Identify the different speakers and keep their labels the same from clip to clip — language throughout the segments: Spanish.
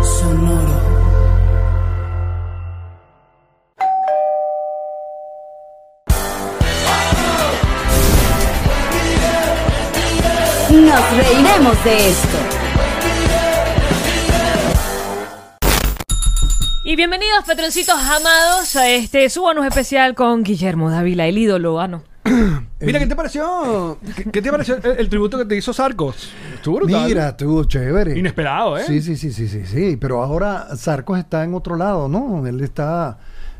Speaker 1: Sonoro.
Speaker 2: Nos reiremos de esto.
Speaker 3: Y bienvenidos, patroncitos amados, a este su bonus especial con Guillermo Dávila, el ídolo. Ah, no.
Speaker 4: Mira, ¿qué te pareció? ¿Qué, qué te pareció el, el tributo que te hizo Sarcos? Estuvo brutal.
Speaker 5: Mira, tú, chévere.
Speaker 4: Inesperado, ¿eh?
Speaker 5: Sí, sí, sí, sí, sí, sí. Pero ahora Sarcos está en otro lado, ¿no? Él está.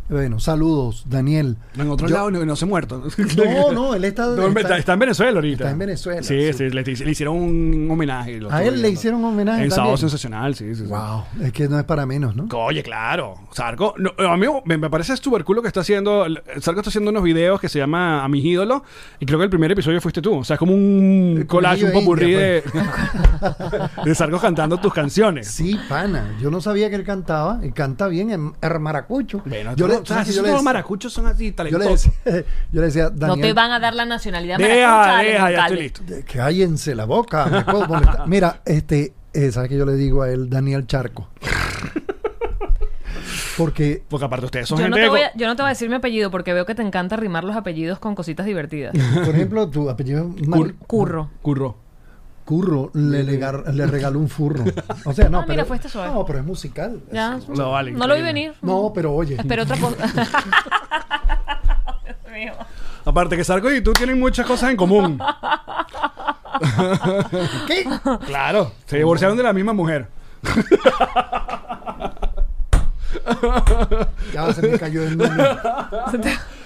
Speaker 5: Bueno, saludos, Daniel.
Speaker 4: En otro
Speaker 5: Yo-
Speaker 4: lado no, no se ha muerto.
Speaker 5: No, no, él está.
Speaker 4: No, está, está en Venezuela ahorita.
Speaker 5: está en Veneela,
Speaker 4: Sí, sí,
Speaker 5: sí.
Speaker 4: le, le hicieron un homenaje. lo
Speaker 5: A
Speaker 4: estuve
Speaker 5: él le hicieron un homenaje
Speaker 4: En Sábado
Speaker 5: también.
Speaker 4: Sensacional, sí, sí. sí.
Speaker 5: Wow, es que no es para menos, ¿no?
Speaker 4: Oye, claro. Sarco, no, a mí me, me parece súper cool lo que está haciendo. Sarco está haciendo unos videos que se llama A mis ídolos. Y creo que el primer episodio fuiste tú. O sea, es como un
Speaker 5: El
Speaker 4: collage, un
Speaker 5: conejillo
Speaker 4: popurrí
Speaker 5: de
Speaker 4: de, pues. de Sarco cantando tus canciones.
Speaker 5: Sí, pana. Yo no sabía que él cantaba y canta bien en el maracucho.
Speaker 4: Bueno, tú
Speaker 5: yo le,
Speaker 4: no- o sea,
Speaker 5: ¿sabes que
Speaker 4: si
Speaker 5: yo
Speaker 4: todos
Speaker 5: le
Speaker 4: los
Speaker 5: decía-
Speaker 4: maracuchos son así
Speaker 5: yo le
Speaker 4: talentosos.
Speaker 5: decía, yo le decía,
Speaker 3: No
Speaker 5: Daniel,
Speaker 3: te van a dar la nacionalidad
Speaker 4: Deja,
Speaker 3: maracucha,
Speaker 4: deja, ya
Speaker 3: Calvo.
Speaker 4: estoy listo.
Speaker 5: de- que cállense la boca. me puedo molestar. Mira, este, eh, ¿sabes que yo le digo a él, Daniel Charco? Porque
Speaker 4: Porque aparte ustedes son
Speaker 3: Yo no,
Speaker 4: gente
Speaker 3: te
Speaker 4: de co-
Speaker 3: voy a, yo no te voy a decir mi apellido porque veo que te encanta rimar los apellidos con cositas divertidas.
Speaker 5: Por ejemplo, tu apellido es Mar-
Speaker 3: Curro.
Speaker 4: Curro.
Speaker 5: Curro le, legar- le regaló un furro. O sea, no,
Speaker 3: Ah,
Speaker 5: pero,
Speaker 3: mira, fue esta suave.
Speaker 5: no, pero es musical.
Speaker 3: Ya.
Speaker 4: No, vale,
Speaker 3: No lo vi
Speaker 4: increíble.
Speaker 3: venir.
Speaker 5: No, pero oye,
Speaker 3: Espero otra cosa.
Speaker 4: Aparte que Sarko y tú tienen muchas cosas en común.
Speaker 5: ¿qué?
Speaker 4: claro, se divorciaron de la misma mujer.
Speaker 5: Ya se me cayó el menú.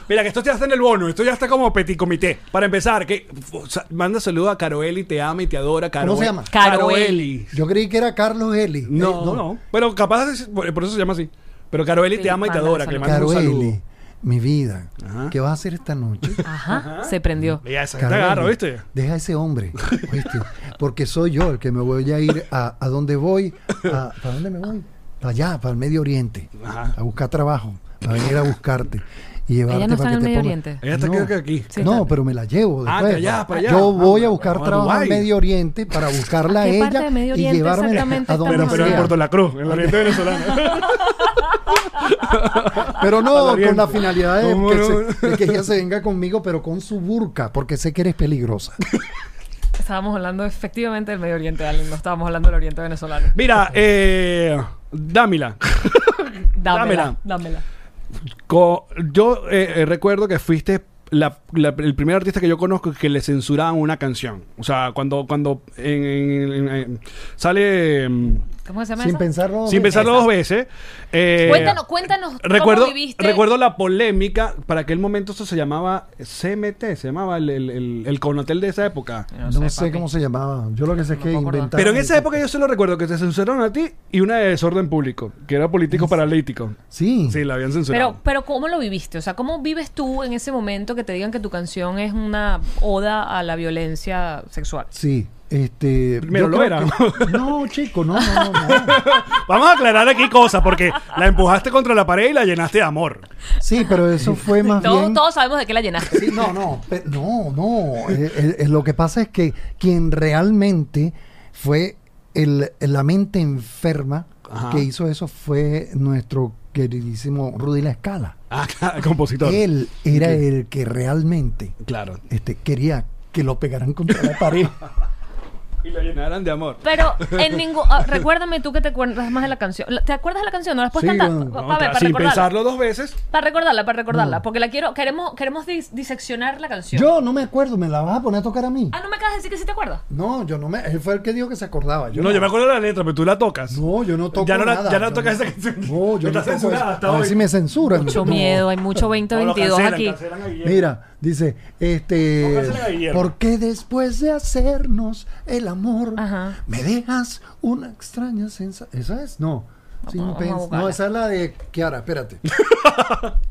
Speaker 4: Mira, que esto ya está en el bono, esto ya está como petit comité. Para empezar, que o sea, manda saludo a Caroeli, te ama y te adora. Caro-
Speaker 5: ¿Cómo se llama?
Speaker 4: Caroeli.
Speaker 5: Yo creí que era Carlos Eli. Eh,
Speaker 4: No, no, Pero capaz, es- por por eso se llama así. Pero Caroeli
Speaker 3: Sí,
Speaker 4: te ama y te
Speaker 3: manda
Speaker 4: adora,
Speaker 3: un
Speaker 4: que le
Speaker 3: saludo.
Speaker 4: mando un
Speaker 5: Caro
Speaker 4: saludo.
Speaker 5: Eli, mi vida,
Speaker 4: Ajá.
Speaker 5: ¿qué vas a hacer esta noche?
Speaker 3: Ajá. Se prendió.
Speaker 4: Mira, esa gente
Speaker 5: Caro
Speaker 4: agarra,
Speaker 5: Eli,
Speaker 4: ¿viste?
Speaker 5: Deja a ese hombre, ¿oíste? Porque soy yo el que me voy a ir a, a donde voy, a, ¿para dónde me voy? Para allá, para el Medio Oriente,
Speaker 4: Ajá.
Speaker 5: a buscar trabajo, a venir a buscarte y llevarte
Speaker 3: Ella no está
Speaker 5: para
Speaker 3: en el Medio
Speaker 5: que te ponga-
Speaker 3: Oriente.
Speaker 4: Ella está
Speaker 5: No.
Speaker 4: creo que aquí.
Speaker 3: Sí,
Speaker 5: no,
Speaker 3: está.
Speaker 5: pero me la
Speaker 4: Ah,
Speaker 5: llevo después.
Speaker 4: para allá, para allá.
Speaker 5: Yo voy a
Speaker 4: Ah,
Speaker 5: buscar
Speaker 4: a
Speaker 5: trabajo en
Speaker 4: Dubái.
Speaker 5: Medio Oriente para buscarla a
Speaker 3: ¿Qué
Speaker 5: ella
Speaker 3: parte de Medio
Speaker 5: y
Speaker 3: Oriente
Speaker 5: llevarme
Speaker 3: exactamente
Speaker 5: a donde
Speaker 4: Pero, pero en
Speaker 5: sea.
Speaker 4: Puerto La Cruz, en el oriente venezolano.
Speaker 5: Pero
Speaker 4: Al
Speaker 5: no
Speaker 4: Oriente.
Speaker 5: con la finalidad de
Speaker 4: ¿Cómo
Speaker 5: que,
Speaker 4: no?
Speaker 5: se- de que ella se venga conmigo, pero con su burka, porque sé que eres peligrosa.
Speaker 3: Estábamos hablando efectivamente del Medio Oriente, Alan. No estábamos hablando del Oriente venezolano.
Speaker 4: Mira, eh, Dámila.
Speaker 3: Dámela. Dámela.
Speaker 4: Co- yo eh, eh, recuerdo que fuiste la- la- el primer artista que yo conozco que le censuraban una canción. O sea, cuando, cuando en- en- en- en- sale mm,
Speaker 3: ¿Cómo se llama
Speaker 5: Sin
Speaker 3: esa?
Speaker 5: pensarlo.
Speaker 4: sin pensarlo dos veces. eh,
Speaker 3: Cuéntanos, cuéntanos
Speaker 4: Recuerdo,
Speaker 3: cómo viviste.
Speaker 4: recuerdo la polémica. Para aquel momento eso se llamaba CMT, se llamaba el, el, el- el conotel de esa época.
Speaker 5: No, sé, cómo se llamaba. Yo lo que sé es que
Speaker 3: puedo acordar.
Speaker 5: inventaron.
Speaker 4: Pero en esa época yo solo recuerdo que te censuraron a ti y una de desorden público, que era político paralítico.
Speaker 5: Sí.
Speaker 4: Sí, la habían censurado.
Speaker 3: Pero, pero ¿cómo lo viviste? O sea, ¿cómo vives tú en ese momento que te digan que tu canción es una oda a la violencia sexual?
Speaker 5: Sí. Este,
Speaker 4: Primero
Speaker 5: yo
Speaker 4: lo
Speaker 5: creo
Speaker 4: era.
Speaker 5: que- no, chico, no, no, no.
Speaker 4: Vamos a aclarar aquí cosas, porque la empujaste contra la pared y la llenaste de amor.
Speaker 5: Sí, pero eso fue más
Speaker 3: Todos,
Speaker 5: bien.
Speaker 3: todos sabemos de qué la llenaste.
Speaker 5: Sí, no, no, pe- no, no. Eh, eh, eh, lo que pasa es que quien realmente fue el, la mente enferma
Speaker 4: Ajá.
Speaker 5: que hizo eso fue nuestro queridísimo Rudy La Escala.
Speaker 4: Ah, claro, compositor.
Speaker 5: Él era el que realmente
Speaker 4: Claro.
Speaker 5: este, quería que lo pegaran contra la pared.
Speaker 4: Y la llenaran de amor.
Speaker 3: Pero en ningún... ah, recuérdame tú que te acuerdas más de la canción. ¿La- ¿Te acuerdas de la canción? ¿No la has puesto
Speaker 5: Sí,
Speaker 3: tanto?
Speaker 5: no,
Speaker 3: Pa-
Speaker 4: No,
Speaker 3: pa-
Speaker 4: claro,
Speaker 3: para
Speaker 4: sin
Speaker 3: recordarla.
Speaker 4: pensarlo dos veces.
Speaker 3: Para recordarla, para recordarla. Porque la quiero... Queremos, queremos dis- diseccionar la canción.
Speaker 5: Yo no me acuerdo, me la vas a poner a tocar a mí.
Speaker 3: Ah, no me acabas de decir que sí te acuerdas?
Speaker 5: No, yo no me. Él fue el que dijo que se acordaba.
Speaker 4: No, yo me acuerdo de la letra, pero tú la tocas.
Speaker 5: No, yo no toco
Speaker 4: ya no la,
Speaker 5: nada.
Speaker 4: Ya no
Speaker 5: Yo
Speaker 4: tocas
Speaker 5: no-
Speaker 4: esa canción.
Speaker 5: No,
Speaker 4: Está
Speaker 5: yo no toco eso.
Speaker 4: censurada hasta
Speaker 5: A ver
Speaker 4: hoy.
Speaker 5: si me censuran.
Speaker 3: Mucho
Speaker 5: No.
Speaker 3: miedo, hay mucho 2022
Speaker 4: cancelan,
Speaker 3: aquí.
Speaker 4: cancelan a Guillermo.
Speaker 5: Mira, dice,
Speaker 4: No,
Speaker 5: este,
Speaker 4: cánsela de Guillermo.
Speaker 5: porque después de hacernos el amor,
Speaker 3: Ajá.
Speaker 5: me dejas una extraña sensación. ¿Esa es? No. Sin
Speaker 3: vamos a
Speaker 5: pens- no,
Speaker 3: buscarla.
Speaker 5: esa es la de Kiara, espérate.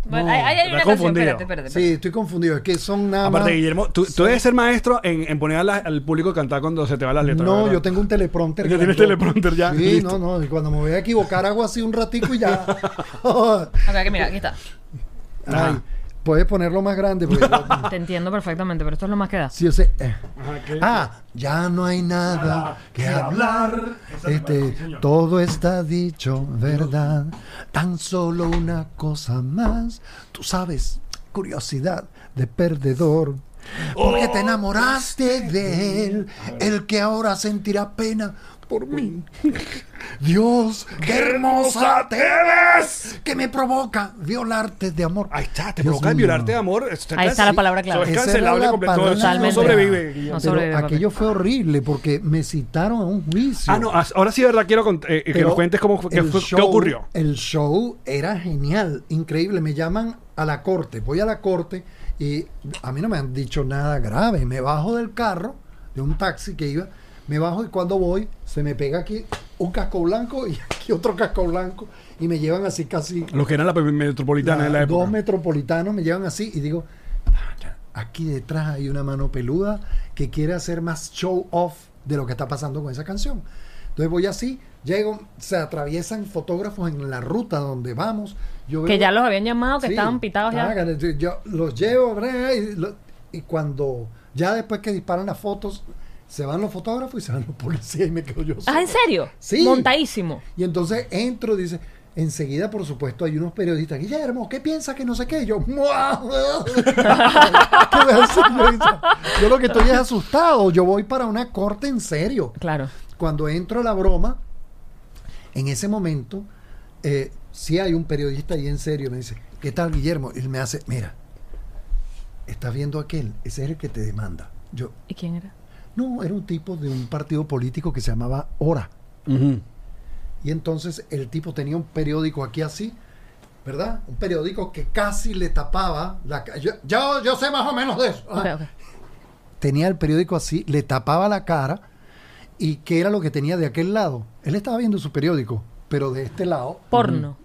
Speaker 3: Bueno, hay, hay- hay
Speaker 4: la
Speaker 3: una canción,
Speaker 4: confundí.
Speaker 3: espérate, espérate. espérate.
Speaker 5: Sí, estoy confundido, es que son nada más.
Speaker 4: Aparte, Guillermo, tú, tú debes ser maestro en, en poner a la- al público a cantar cuando se te van las letras.
Speaker 5: No,
Speaker 4: ¿verdad?
Speaker 5: yo tengo un teleprompter.
Speaker 4: Ya tienes
Speaker 5: grandote.
Speaker 4: teleprompter ya,
Speaker 5: Sí,
Speaker 4: listo.
Speaker 5: no, no, y cuando me voy a equivocar hago así un ratico y ya.
Speaker 3: Acá que mira, aquí está.
Speaker 5: Ay, puedes ponerlo más grande. porque yo-
Speaker 3: Te entiendo perfectamente, pero esto es lo más que da.
Speaker 5: sí, o sea, eh.
Speaker 4: Ajá, ¿qué?
Speaker 5: Ah, ya no hay nada que hablar.
Speaker 4: Esa me
Speaker 5: Este,
Speaker 4: parece, señor.
Speaker 5: todo está dicho, verdad. Tan solo una cosa más. Tú sabes, curiosidad de perdedor. Porque
Speaker 4: Oh,
Speaker 5: te enamoraste de él, el que ahora sentirá pena por mí. Dios, qué hermosa te ves, que me provoca violarte de amor.
Speaker 4: Ahí está, te
Speaker 5: Dios
Speaker 4: provoca
Speaker 5: mío.
Speaker 4: violarte de amor.
Speaker 3: Ahí está la palabra clave.
Speaker 4: clave. Es
Speaker 5: Esa era
Speaker 4: cancelable
Speaker 5: la
Speaker 4: completamente.
Speaker 5: palabra.
Speaker 4: No
Speaker 3: Totalmente.
Speaker 4: sobrevive, Guillermo.
Speaker 3: No
Speaker 5: Pero
Speaker 3: sobrevive, papi.
Speaker 5: aquello fue horrible porque me citaron a un juicio.
Speaker 4: Ah, no, as- ahora sí, de verdad, quiero cont- eh, que
Speaker 5: Pero
Speaker 4: nos cuentes cómo fue, qué,
Speaker 5: el
Speaker 4: fue- qué
Speaker 5: show-
Speaker 4: ocurrió.
Speaker 5: El show era genial, increíble. Me llaman a la corte, voy a la corte y a mí no me han dicho nada grave. Me bajo del carro, de un taxi que iba, me bajo y cuando voy se me pega aquí un casco blanco y aquí otro casco blanco y me llevan así casi
Speaker 4: Los que eran la pe- metropolitana en la
Speaker 5: la-
Speaker 4: época.
Speaker 5: Ah, Dos metropolitanos me llevan así y digo, aquí detrás hay una mano peluda que quiere hacer más show off de lo que está pasando con esa canción. Entonces voy así, llego, se atraviesan fotógrafos en la ruta donde vamos. Yo
Speaker 3: Que
Speaker 5: veo-
Speaker 3: ya los habían llamado, que
Speaker 5: Pues, Sí,
Speaker 3: estaban pitados ya.
Speaker 5: hágale, yo- yo los llevo bre, y, lo- y cuando, ya después que disparan las fotos, se van los fotógrafos y se van los policías y me quedo yo
Speaker 3: Ah,
Speaker 5: solo.
Speaker 3: ¿en serio?
Speaker 5: Sí.
Speaker 3: Montadísimo.
Speaker 5: Y entonces entro, dice, enseguida, por supuesto, hay unos periodistas, Guillermo, ¿qué piensas que no sé qué? Y yo, "Mua". ¿Qué voy a hacer? Yo dice, yo lo que estoy es asustado, yo voy para una corte en serio.
Speaker 3: Claro.
Speaker 5: Cuando entro a la broma, en ese momento, eh, sí hay un periodista ahí en serio, me dice, ¿qué tal Guillermo? Y él me hace, mira, estás viendo aquel, ese es el que te demanda. Yo,
Speaker 3: ¿Y quién era?
Speaker 5: no, era un tipo de un partido político que se llamaba Hora.
Speaker 4: Ujú.
Speaker 5: Y entonces el tipo tenía un periódico aquí así, ¿verdad? Un periódico que casi le tapaba la cara. Yo, yo, yo sé más o menos de eso.
Speaker 3: Ok, ok.
Speaker 5: Tenía el periódico así, le tapaba la cara. ¿Y qué era lo que tenía de aquel lado? Él estaba viendo su periódico, pero de este lado,
Speaker 3: Porno.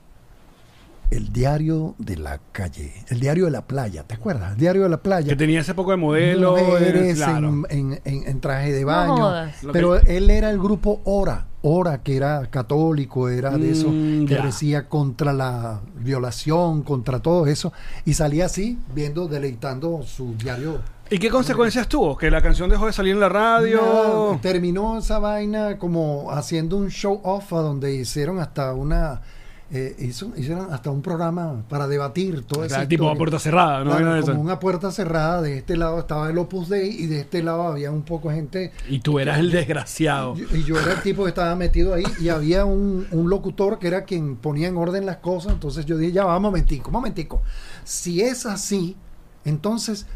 Speaker 5: el diario de la calle, el diario de la playa, ¿te acuerdas? El diario de la playa.
Speaker 4: Que tenía ese poco de modelo. eh,
Speaker 5: Mujeres
Speaker 4: claro.
Speaker 5: en, en- en- en traje de baño.
Speaker 3: jodas.
Speaker 4: Lo
Speaker 5: Pero él era el grupo Hora, Hora que era católico, era de eso,
Speaker 4: Mm,
Speaker 5: que
Speaker 4: ya.
Speaker 5: decía contra la violación, contra todo eso, y salía así, viendo, deleitando su diario.
Speaker 4: ¿Y qué consecuencias tuvo? Que la canción dejó de salir en la radio.
Speaker 5: Nada, terminó esa vaina como haciendo un show off a donde hicieron hasta una... eh, hizo- hicieron hasta un programa para debatir todo
Speaker 4: O
Speaker 5: eso.
Speaker 4: sea, tipo a puerta cerrada, Ah, ¿no?
Speaker 5: Claro,
Speaker 4: Era eso.
Speaker 5: como una puerta cerrada, de este lado estaba el Opus Dei y de este lado había un poco gente.
Speaker 4: Y tú eras el desgraciado.
Speaker 5: Y y yo era el tipo que estaba metido ahí y había un, un locutor que era quien ponía en orden las cosas. Entonces yo dije, ya va, momentico, momentico. Si es así, entonces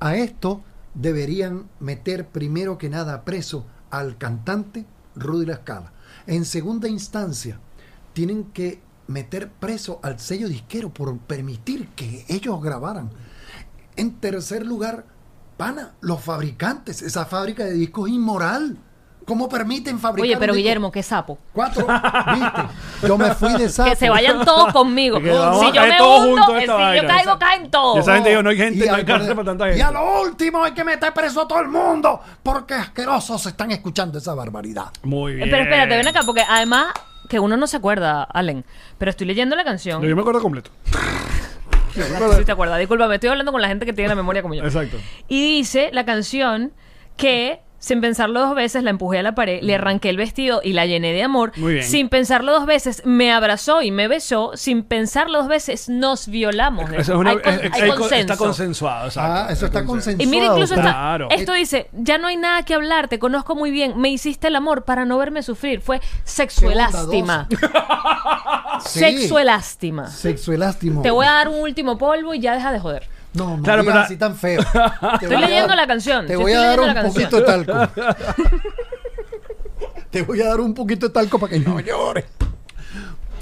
Speaker 5: a esto deberían meter primero que nada preso al cantante Rudy La Scala. En segunda instancia, tienen que meter preso al sello disquero por permitir que ellos grabaran. En tercer lugar, pana, los fabricantes, esa fábrica de discos inmoral. ¿Cómo permiten fabricar?
Speaker 3: Oye,
Speaker 5: un
Speaker 3: pero
Speaker 5: disco?
Speaker 3: Guillermo, qué sapo.
Speaker 5: Cuatro, viste. Yo me fui de sapo.
Speaker 3: Que se vayan todos conmigo.
Speaker 4: Que vamos
Speaker 3: si
Speaker 4: a
Speaker 3: yo
Speaker 4: caer
Speaker 3: me
Speaker 4: todos juntos
Speaker 3: hundo,
Speaker 4: a
Speaker 3: eh, si
Speaker 4: esta
Speaker 3: yo
Speaker 4: vaina.
Speaker 3: caigo, caen
Speaker 4: Y
Speaker 3: todos.
Speaker 4: esa gente dijo, no hay gente,
Speaker 5: Y
Speaker 4: no hay
Speaker 5: al-
Speaker 4: cárcel para tanta
Speaker 5: Y
Speaker 4: gente.
Speaker 5: a lo último hay que meter preso a todo el mundo, porque asquerosos están escuchando esa barbaridad.
Speaker 4: Muy
Speaker 3: Eh,
Speaker 4: bien.
Speaker 3: Pero espérate, ven acá, porque además que uno no se acuerda, Allen. Pero estoy leyendo la canción.
Speaker 4: No, Yo me acuerdo completo.
Speaker 3: Si te acuerdas, discúlpame, estoy hablando con la gente que tiene la memoria como yo.
Speaker 4: Exacto.
Speaker 3: Y dice la canción que sin pensarlo dos veces la empujé a la pared, le arranqué el vestido y la llené de amor.
Speaker 4: Mm. Muy bien.
Speaker 3: Sin pensarlo dos veces me abrazó y me besó. Sin pensarlo dos veces nos violamos.
Speaker 4: Eso es una-
Speaker 3: hay, con-
Speaker 4: es- es-
Speaker 3: hay
Speaker 4: hay con-
Speaker 3: consenso.
Speaker 4: Está consensuado. exacto.
Speaker 5: Ah, eso está
Speaker 4: Hay consenso.
Speaker 3: Y
Speaker 5: consensuado.
Speaker 3: mira, incluso
Speaker 5: pero-
Speaker 3: esta-
Speaker 4: Claro.
Speaker 3: esto dice, ya no hay nada que hablar, te conozco muy bien, me hiciste el amor para no verme sufrir. Fue sexuelástima.
Speaker 5: Sí,
Speaker 3: Sexuelástima.
Speaker 5: sexoelástimo.
Speaker 3: Te voy a dar un último polvo y ya deja de joder.
Speaker 5: No, no
Speaker 4: Claro,
Speaker 5: digas
Speaker 4: pero-
Speaker 5: así tan feo. Te
Speaker 3: Estoy
Speaker 5: voy a
Speaker 3: leyendo
Speaker 5: dar-
Speaker 3: la canción.
Speaker 5: Te
Speaker 3: Yo
Speaker 5: voy a
Speaker 3: estoy
Speaker 5: dar
Speaker 3: leyendo
Speaker 5: un
Speaker 3: la canción.
Speaker 5: poquito de talco. te voy a dar un poquito de talco para que no llores.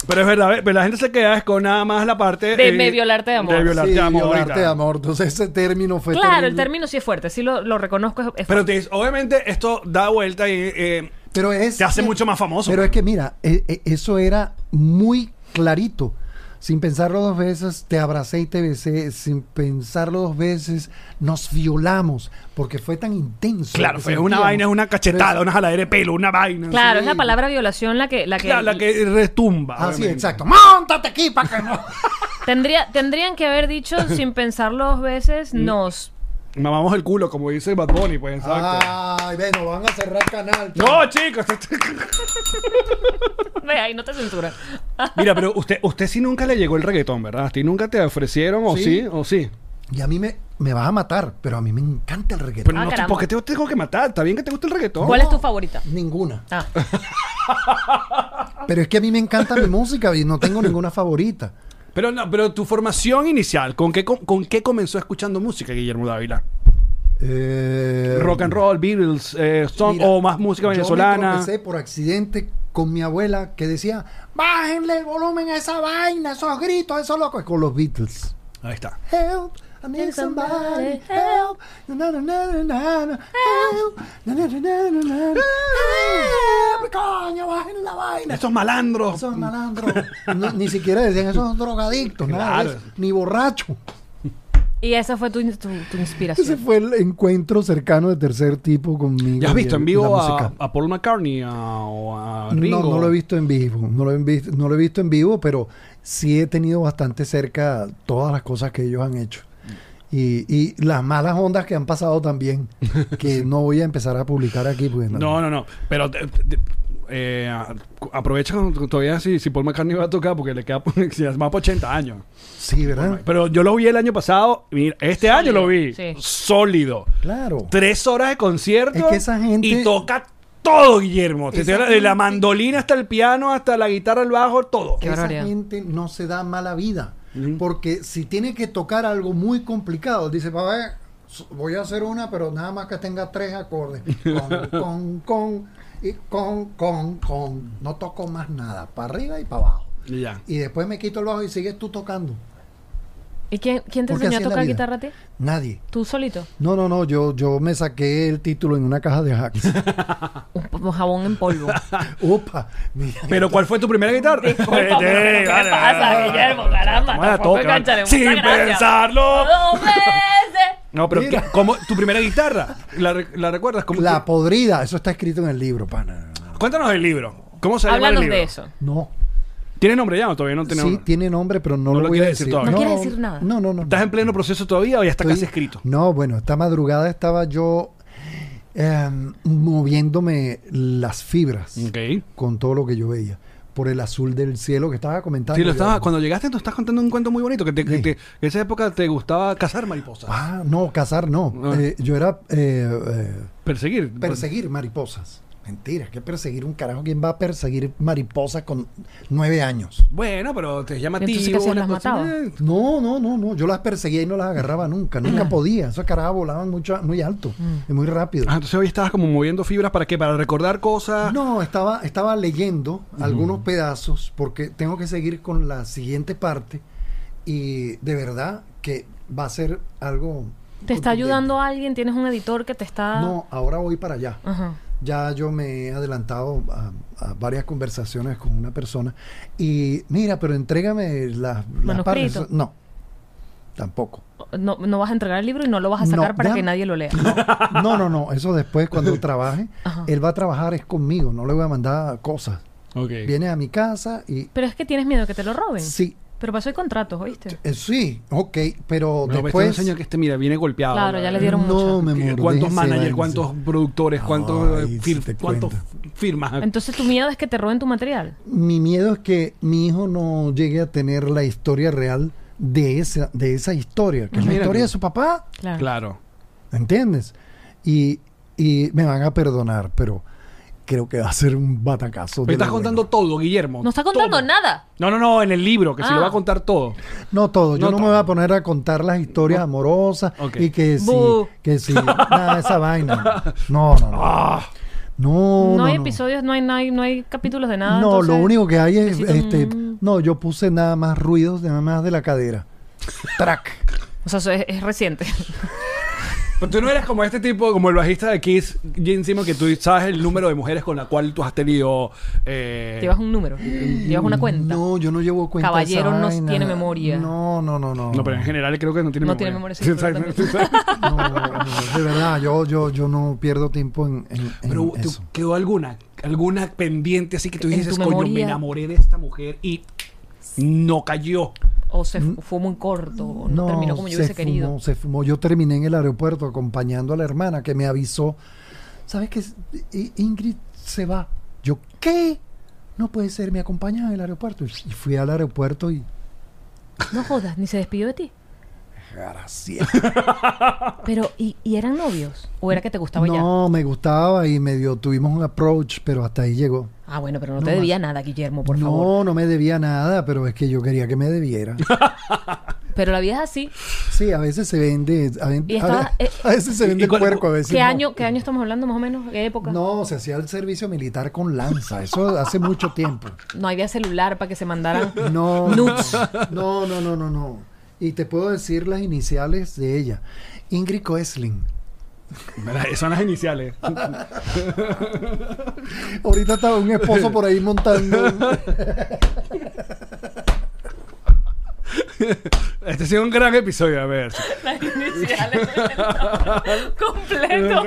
Speaker 4: Pero es verdad, ¿ves? pero la gente se queda es con nada más la parte eh,
Speaker 3: De me violarte de amor.
Speaker 4: De violarte
Speaker 5: Sí,
Speaker 4: de amor.
Speaker 5: violarte
Speaker 4: ahorita.
Speaker 5: de amor. Entonces ese término fue
Speaker 3: Claro, el
Speaker 5: terrible.
Speaker 3: término sí es fuerte, sí lo, lo reconozco. es- es
Speaker 4: Pero te dice, obviamente esto da vuelta y eh,
Speaker 5: Pero es
Speaker 4: te hace
Speaker 5: que-
Speaker 4: mucho más famoso.
Speaker 5: Pero es que mira, e- e- eso era muy clarito. Sin pensarlo dos veces, te abracé y te besé. Sin pensarlo dos veces, nos violamos. Porque fue tan intenso.
Speaker 4: claro,
Speaker 5: que
Speaker 4: fue una
Speaker 5: sentíamos.
Speaker 4: vaina, es una cachetada, una jaladera de pelo, una vaina.
Speaker 3: Claro,
Speaker 5: Sí.
Speaker 3: es la palabra violación la que, la que,
Speaker 4: Claro, la que retumba.
Speaker 5: Así,
Speaker 4: obviamente.
Speaker 5: Ah, exacto. ¡Móntate aquí para que no!
Speaker 3: tendría, tendrían que haber dicho sin pensarlo dos veces nos.
Speaker 4: Mamamos el culo, como dice Bad Bunny, pues exacto.
Speaker 5: Ay, bueno, van a cerrar canal.
Speaker 4: No, chicos. este
Speaker 3: Ve ahí, no te censura.
Speaker 4: Mira, pero usted, usted sí nunca le llegó el reggaetón, ¿verdad? ¿A ti nunca te ofrecieron o
Speaker 5: Sí.
Speaker 4: sí, o sí?
Speaker 5: Y a mí me, me vas a matar, pero a mí me encanta el reggaetón.
Speaker 4: Pero
Speaker 3: Ah,
Speaker 4: no, te,
Speaker 3: caramba.
Speaker 4: ¿por qué te tengo que matar? Está bien que te gusta el reggaetón.
Speaker 3: ¿Cuál es tu favorita?
Speaker 5: Ninguna.
Speaker 3: Ah,
Speaker 5: Pero es que a mí me encanta mi música y no tengo ninguna favorita.
Speaker 4: Pero no, pero tu formación inicial, ¿con qué, com- con, qué comenzó escuchando música, Guillermo Dávila?
Speaker 5: Eh,
Speaker 4: Rock and roll, Beatles, eh, son-
Speaker 5: Mira,
Speaker 4: o más música
Speaker 5: Yo me
Speaker 4: venezolana.
Speaker 5: tropecé por accidente con mi abuela que decía, bájenle el volumen a esa vaina, esos gritos, esos locos. Con los Beatles.
Speaker 4: Ahí está.
Speaker 5: Help, I need somebody, help. Na, na, na, na, na, na, help. Na, na, na, na, na, na, na, help. Coño, bajen la vaina.
Speaker 4: Esos malandros.
Speaker 5: Esos malandros. No, ni siquiera decían esos drogadictos, nada de
Speaker 4: Claro.
Speaker 5: eso, ni borracho.
Speaker 3: y esa fue tu, in- tu- tu
Speaker 5: Ese
Speaker 3: inspiración.
Speaker 5: fue el encuentro cercano de tercer tipo conmigo.
Speaker 4: ¿Ya has
Speaker 5: y
Speaker 4: visto
Speaker 5: el-
Speaker 4: en
Speaker 5: la
Speaker 4: vivo a,
Speaker 5: música.
Speaker 4: a Paul McCartney a- o a Ringo?
Speaker 5: No, no lo he visto en vivo. No lo, he visto, no lo he visto en vivo, pero sí he tenido bastante cerca todas las cosas que ellos han hecho. Y, y las malas ondas que han pasado también, que no voy a empezar a publicar aquí. Porque
Speaker 4: No, no, no. Pero te- te- eh, a- aprovecha cuando todavía si, si Paul McCartney va a tocar porque le queda si más por 80 años.
Speaker 5: Sí, ¿verdad?
Speaker 4: Pero yo lo vi el año pasado. mira, este año lo vi.
Speaker 3: sí.
Speaker 4: Sólido.
Speaker 5: Claro.
Speaker 4: Tres horas de concierto.
Speaker 5: Es que esa gente-
Speaker 4: Y toca todo, Guillermo. Te
Speaker 5: Esa
Speaker 4: estoy hablando De la
Speaker 5: gente-
Speaker 4: mandolina hasta el piano, hasta la guitarra, el bajo, todo.
Speaker 5: que
Speaker 3: Qué
Speaker 5: esa
Speaker 3: barbaridad.
Speaker 5: gente no se da mala vida. Porque si tiene que tocar algo muy complicado, dice, papá, so- voy a hacer una, pero nada más que tenga tres acordes. Con, con, con, y con, con, con. No toco más nada, para arriba y para abajo.
Speaker 4: Y ya.
Speaker 5: Y después me quito el bajo y sigues tú tocando.
Speaker 3: ¿Y quién, quién te
Speaker 5: Porque
Speaker 3: enseñó a
Speaker 5: así es la
Speaker 3: tocar
Speaker 5: vida.
Speaker 3: guitarra a ti?
Speaker 5: Nadie.
Speaker 3: Tú solito.
Speaker 5: No, no, no, yo, yo me saqué el título en una caja de hacks.
Speaker 3: Un, po- jabón en polvo.
Speaker 5: Opa, mira.
Speaker 4: Pero ¿cuál fue tu primera guitarra?
Speaker 3: Disculpa, pero ¿qué te pasa, Guillermo? Caramba,
Speaker 4: Vamos a la
Speaker 3: tampoco
Speaker 4: toca,
Speaker 3: engancharle, muchas
Speaker 4: Sin
Speaker 3: gracias.
Speaker 4: pensarlo.
Speaker 3: ¡Dos veces!
Speaker 4: No, pero
Speaker 5: Mira.
Speaker 4: ¿qué- ¿cómo, tu primera guitarra, ¿la, re- la recuerdas? ¿Cómo-
Speaker 5: La podrida, eso está escrito en el libro, pana.
Speaker 4: Cuéntanos el libro. ¿Cómo se llama el
Speaker 3: Háblanos
Speaker 4: libro?
Speaker 3: de eso.
Speaker 5: No,
Speaker 4: ¿Tiene nombre ya o todavía no tiene
Speaker 5: sí,
Speaker 4: nombre?
Speaker 5: tiene nombre, pero no,
Speaker 4: No
Speaker 5: lo,
Speaker 4: lo
Speaker 5: voy a
Speaker 4: quieres
Speaker 5: decir.
Speaker 4: decir todavía.
Speaker 3: No quieres decir nada.
Speaker 5: No, no, no. no.
Speaker 4: ¿Estás en pleno proceso todavía o ya está
Speaker 5: Estoy-
Speaker 4: casi escrito?
Speaker 5: No, bueno, esta madrugada estaba yo em, moviéndome las fibras
Speaker 4: Ok.
Speaker 5: con todo lo que yo veía por el azul del cielo que estaba comentando.
Speaker 4: Sí, lo
Speaker 5: yo.
Speaker 4: estaba, cuando llegaste, tú estás contando un cuento muy bonito. Que te- que
Speaker 5: Sí.
Speaker 4: te- en esa época te gustaba cazar mariposas.
Speaker 5: Ah, no, cazar no.
Speaker 4: Ah.
Speaker 5: Eh, yo era eh, eh,
Speaker 4: Perseguir.
Speaker 5: perseguir mariposas. Mentira, que perseguir un carajo. ¿Quién va a perseguir mariposas con nueve años?
Speaker 4: Bueno, pero te llama
Speaker 3: Entonces,
Speaker 4: tío.
Speaker 3: ¿qué hacías?
Speaker 4: una
Speaker 3: ¿Las
Speaker 4: cosa-
Speaker 3: matabas?
Speaker 4: eh,
Speaker 5: No, no, no, no. Yo las perseguía y no las agarraba nunca.
Speaker 4: Mm.
Speaker 5: Nunca podía. Esos carajos volaban mucho, muy alto y muy rápido.
Speaker 4: Ah, entonces hoy estabas como moviendo fibras para qué? Para recordar cosas.
Speaker 5: No, estaba, estaba leyendo algunos pedazos porque tengo que seguir con la siguiente parte y de verdad que va a ser algo...
Speaker 3: ¿Te está
Speaker 5: contundente.
Speaker 3: ayudando alguien? ¿Tienes un editor que te está...?
Speaker 5: No, ahora voy para allá.
Speaker 3: Ajá.
Speaker 5: Ya yo me he adelantado a, a varias conversaciones con una persona y mira, pero entrégame las, las
Speaker 3: Manuscrito.
Speaker 5: partes. No, tampoco.
Speaker 3: No, no vas a entregar el libro y no lo vas a
Speaker 5: No,
Speaker 3: sacar para
Speaker 5: déjame-
Speaker 3: que nadie lo lea.
Speaker 5: No, no, no, eso después cuando trabaje,
Speaker 3: Ajá.
Speaker 5: él va a trabajar es conmigo, no le voy a mandar cosas.
Speaker 4: Ok.
Speaker 5: Viene a mi casa y...
Speaker 3: Pero es que tienes miedo que te lo roben.
Speaker 5: Sí,
Speaker 3: Pero para eso hay contratos, ¿oíste?
Speaker 5: Eh, sí, ok,
Speaker 4: No,
Speaker 5: pero
Speaker 4: pues, te
Speaker 5: después.
Speaker 4: enseño que este, mira, viene golpeado.
Speaker 3: Claro, ya le dieron
Speaker 5: no,
Speaker 3: mucho.
Speaker 5: me
Speaker 4: Eh,
Speaker 5: mordé
Speaker 4: ¿Cuántos
Speaker 5: ese
Speaker 4: managers,
Speaker 5: vaina.
Speaker 4: cuántos productores, cuántos, eh,
Speaker 5: Ay,
Speaker 4: fir-
Speaker 5: sí te
Speaker 4: cuántos
Speaker 5: cuento.
Speaker 4: firmas?
Speaker 3: Entonces tu miedo es que te roben tu material.
Speaker 5: Mi miedo es que mi hijo no llegue a tener la historia real de esa, de esa historia, que es la
Speaker 4: Mira
Speaker 5: historia
Speaker 4: tú.
Speaker 5: de su papá,
Speaker 3: Claro.
Speaker 4: Claro.
Speaker 5: ¿entiendes? Y, y me van a perdonar, pero creo que va a ser un batacazo.
Speaker 4: Me
Speaker 5: de
Speaker 4: estás
Speaker 5: lo
Speaker 4: contando todo, Guillermo.
Speaker 3: No está contando
Speaker 4: Todo.
Speaker 3: nada.
Speaker 4: No, no, no, en el libro, que se
Speaker 3: Ah.
Speaker 4: lo va a contar todo.
Speaker 5: bueno. No todo. Yo
Speaker 4: No
Speaker 5: no,
Speaker 4: todo.
Speaker 5: me voy a poner a contar las historias amorosas
Speaker 4: Ok.
Speaker 5: y que sí,
Speaker 3: Bu.
Speaker 5: que sí. Nada, esa vaina. No, no, no.
Speaker 4: Ah,
Speaker 5: No,
Speaker 3: No,
Speaker 5: no,
Speaker 3: hay
Speaker 5: no.
Speaker 3: episodios, no hay, no hay, no hay capítulos de nada.
Speaker 5: No, lo
Speaker 3: entonces-
Speaker 5: único que hay es
Speaker 3: necesito
Speaker 5: este,
Speaker 3: un-
Speaker 5: no, yo puse nada más ruidos, nada más de la cadera. Track.
Speaker 3: O sea, eso es, es reciente.
Speaker 4: pero tú no eres como este tipo, como el bajista de Kiss, Jim Simon, que tú sabes el número de mujeres con la cual tú has tenido. eh,
Speaker 3: Llevas un número, llevas una cuenta.
Speaker 5: No, yo no llevo cuenta. de esa
Speaker 3: Caballero no
Speaker 5: vaina.
Speaker 3: tiene memoria.
Speaker 5: No, no, no, no.
Speaker 4: No, pero en general creo que no tiene
Speaker 3: No
Speaker 4: memoria.
Speaker 3: tiene memoria, sí,
Speaker 4: Sí,
Speaker 3: pero
Speaker 4: exacto.
Speaker 5: No, no, de verdad, yo, yo, yo no pierdo tiempo en, en- en
Speaker 4: Pero ¿te
Speaker 5: eso.
Speaker 4: quedó alguna, alguna pendiente así que tú
Speaker 3: En
Speaker 4: dices,
Speaker 3: tu
Speaker 4: coño, me
Speaker 3: memoria".
Speaker 4: enamoré de esta mujer y no cayó.
Speaker 3: O se fu- fue muy corto, o no, terminó como yo
Speaker 5: Mm. se
Speaker 3: hubiese querido.
Speaker 5: fumó, se fumó. Yo terminé en el aeropuerto acompañando a la hermana que me avisó. ¿Sabes qué? I- Ingrid se va. Yo, ¿qué? No puede ser, me acompañas al aeropuerto. Y fui al aeropuerto y.
Speaker 3: No jodas, ni se despidió de ti.
Speaker 5: Gracias.
Speaker 3: Pero, ¿y, y eran novios? ¿O era que te gustaba ya?
Speaker 5: No, me gustaba y medio tuvimos un approach, pero hasta ahí llegó.
Speaker 3: Ah, bueno, pero no,
Speaker 5: No
Speaker 3: te
Speaker 5: más.
Speaker 3: debía nada, Guillermo, por
Speaker 5: no,
Speaker 3: favor.
Speaker 5: no me debía nada, pero es que yo quería que me debiera.
Speaker 3: Pero la vida es así.
Speaker 5: Sí, a veces se vende. A, ven-
Speaker 3: Y
Speaker 5: a
Speaker 3: estaba,
Speaker 5: ve-
Speaker 3: eh,
Speaker 5: a veces se
Speaker 4: ¿Y
Speaker 5: vende
Speaker 4: cuál-
Speaker 5: puerco, a veces.
Speaker 3: ¿Qué,
Speaker 5: Pues no.
Speaker 3: año, ¿Qué año estamos hablando, más o menos? ¿Qué época? No,
Speaker 5: No, se hacía el servicio militar con lanza. Eso hace mucho tiempo.
Speaker 3: había celular para que se mandaran.
Speaker 5: No,
Speaker 3: Nudes.
Speaker 5: no, no, no, no, no. Y te puedo decir las iniciales de ella. Ingrid Koesling.
Speaker 4: Mira, Son las iniciales.
Speaker 5: Ahorita estaba un esposo por ahí montando. un-
Speaker 4: Este ha sido un gran episodio, a ver.
Speaker 3: Las iniciales. completo.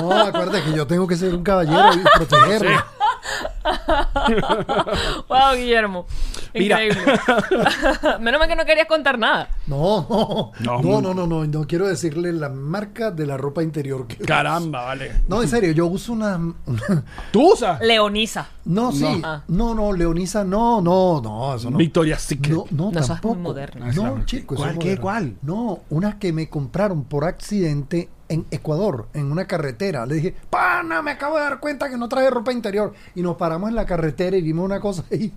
Speaker 5: No, acuérdate que yo tengo que ser un caballero y protegerlo.
Speaker 3: Wow, Guillermo.
Speaker 4: Mira.
Speaker 3: Increíble. Menos mal que no querías contar nada.
Speaker 5: No, no,
Speaker 4: No,
Speaker 5: no,
Speaker 4: muy-
Speaker 5: no, no, no, no, quiero decirle la marca de la ropa interior que.
Speaker 4: Caramba, vale.
Speaker 5: No, en serio, yo uso una.
Speaker 4: ¿Tú usas?
Speaker 3: Leonisa.
Speaker 5: No, sí.
Speaker 3: Ah.
Speaker 5: No, no, Leonisa, no, no, no, eso no.
Speaker 4: Victoria Secret.
Speaker 5: No,
Speaker 3: No,
Speaker 5: no,
Speaker 3: eso es muy
Speaker 5: tampoco.
Speaker 3: moderno.
Speaker 4: Ah, claro.
Speaker 5: No, chico, eso
Speaker 4: ¿Cuál,
Speaker 5: es
Speaker 4: qué,
Speaker 5: moderno.
Speaker 4: cuál?
Speaker 5: No, una que me compraron por accidente en Ecuador, en una carretera. Le dije, pana, me acabo de dar cuenta que no traje ropa interior. Y nos paramos en la carretera y vimos una cosa ahí.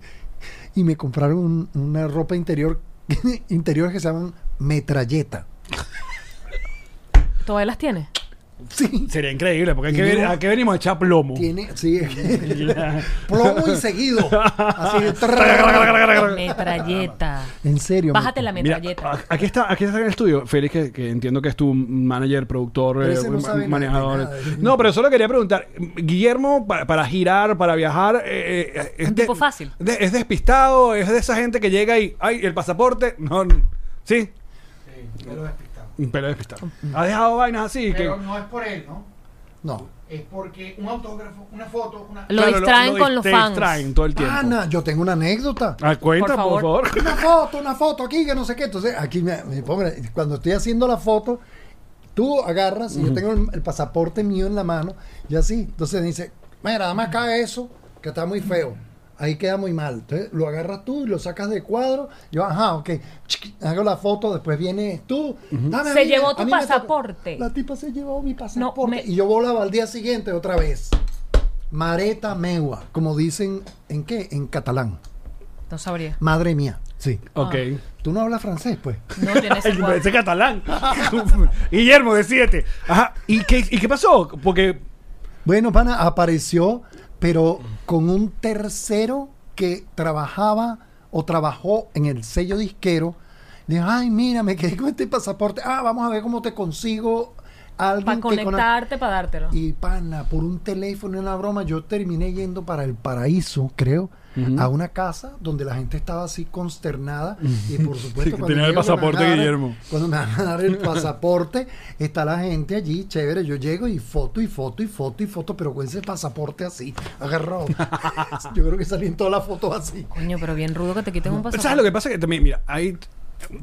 Speaker 5: Y me compraron un- una ropa interior, interiores que se llaman metralleta.
Speaker 3: ¿Todavía las tienes?
Speaker 5: Sí,
Speaker 4: Sería increíble, porque hay que
Speaker 5: Tiene
Speaker 4: ver,
Speaker 5: un-
Speaker 4: ¿a qué venimos a echar plomo?
Speaker 5: tiene, sí. Plomo y seguido. Así de
Speaker 3: Metralleta.
Speaker 5: En serio. me-
Speaker 3: Bájate la
Speaker 4: Mira, ah,
Speaker 3: metralleta.
Speaker 4: a- aquí está, aquí está en el estudio, Félix, que, que entiendo que es tu manager, productor,
Speaker 5: Pero ese
Speaker 4: eh,
Speaker 5: no sabe
Speaker 4: ma-
Speaker 5: nada
Speaker 4: manejador.
Speaker 5: de nada.
Speaker 4: No, pero solo quería preguntar, Guillermo, pa- para, girar, para viajar, eh, eh, es
Speaker 3: Un
Speaker 4: de-
Speaker 3: tipo fácil.
Speaker 4: de- es despistado, es de esa gente que llega y, ay, el pasaporte, no, no. sí. Un pelo despistado. Ha dejado vainas así. que-
Speaker 6: Pero no es por él, ¿no?
Speaker 5: No.
Speaker 6: Es porque un autógrafo, una foto, una...
Speaker 3: Lo
Speaker 4: Claro,
Speaker 3: distraen con los
Speaker 4: te
Speaker 3: fans.
Speaker 4: distraen todo el tiempo.
Speaker 5: Pana, Ah, yo tengo una anécdota.
Speaker 4: Ah, cuenta,
Speaker 3: Por
Speaker 4: por
Speaker 3: favor.
Speaker 4: favor.
Speaker 5: una foto, una foto aquí, que no sé qué. Entonces, aquí me, me pongo, cuando estoy haciendo la foto, tú agarras, y yo tengo el, el pasaporte mío en la mano, y así. Entonces dice, mira, nada más cae eso, que está muy feo. Ahí queda muy mal. Entonces lo agarras tú y lo sacas de cuadro. Yo, ajá, ok. Chiqui, Hago la foto, después vienes tú. Dame,
Speaker 3: Se
Speaker 5: a mí,
Speaker 3: llevó
Speaker 5: a
Speaker 3: tu
Speaker 5: mí me toca.
Speaker 3: pasaporte.
Speaker 5: La tipa se llevó mi pasaporte.
Speaker 3: me-
Speaker 5: Y yo volaba al día siguiente otra vez. Mareta meua, como dicen, ¿en qué? En catalán.
Speaker 3: No sabría.
Speaker 5: Madre mía. Sí.
Speaker 4: Ok.
Speaker 3: Ah.
Speaker 5: Tú no hablas francés, pues.
Speaker 3: No tienes
Speaker 4: Ay,
Speaker 3: el cuadro.
Speaker 4: Ese catalán. Guillermo, de siete. Ajá. ¿Y qué, ¿Y qué pasó? Porque
Speaker 5: Bueno, pana, apareció, pero con un tercero que trabajaba o trabajó en el sello disquero. Le Dijo, ay, mira, me quedé con este pasaporte. Ah, vamos a ver cómo te consigo alguien
Speaker 3: Para
Speaker 5: que conect-
Speaker 3: conectarte, para dártelo.
Speaker 5: Y pana, por un teléfono, una broma, yo terminé yendo para el paraíso, creo, a una casa donde la gente estaba así consternada. Y por
Speaker 4: Sí, que
Speaker 5: supuesto, cuando
Speaker 4: tenía el
Speaker 5: llego, me
Speaker 4: pasaporte,
Speaker 5: van a dar-
Speaker 4: Guillermo.
Speaker 5: Cuando me van a dar el pasaporte, está la gente allí, chévere. Yo llego y foto y foto y foto y foto, pero con ese pasaporte así, agarrado. yo creo que salí en todas las fotos así.
Speaker 3: Coño, pero bien rudo que te quiten un
Speaker 4: ¿Sabes lo
Speaker 3: pasaporte.
Speaker 4: que pasa? Que también, mira, hay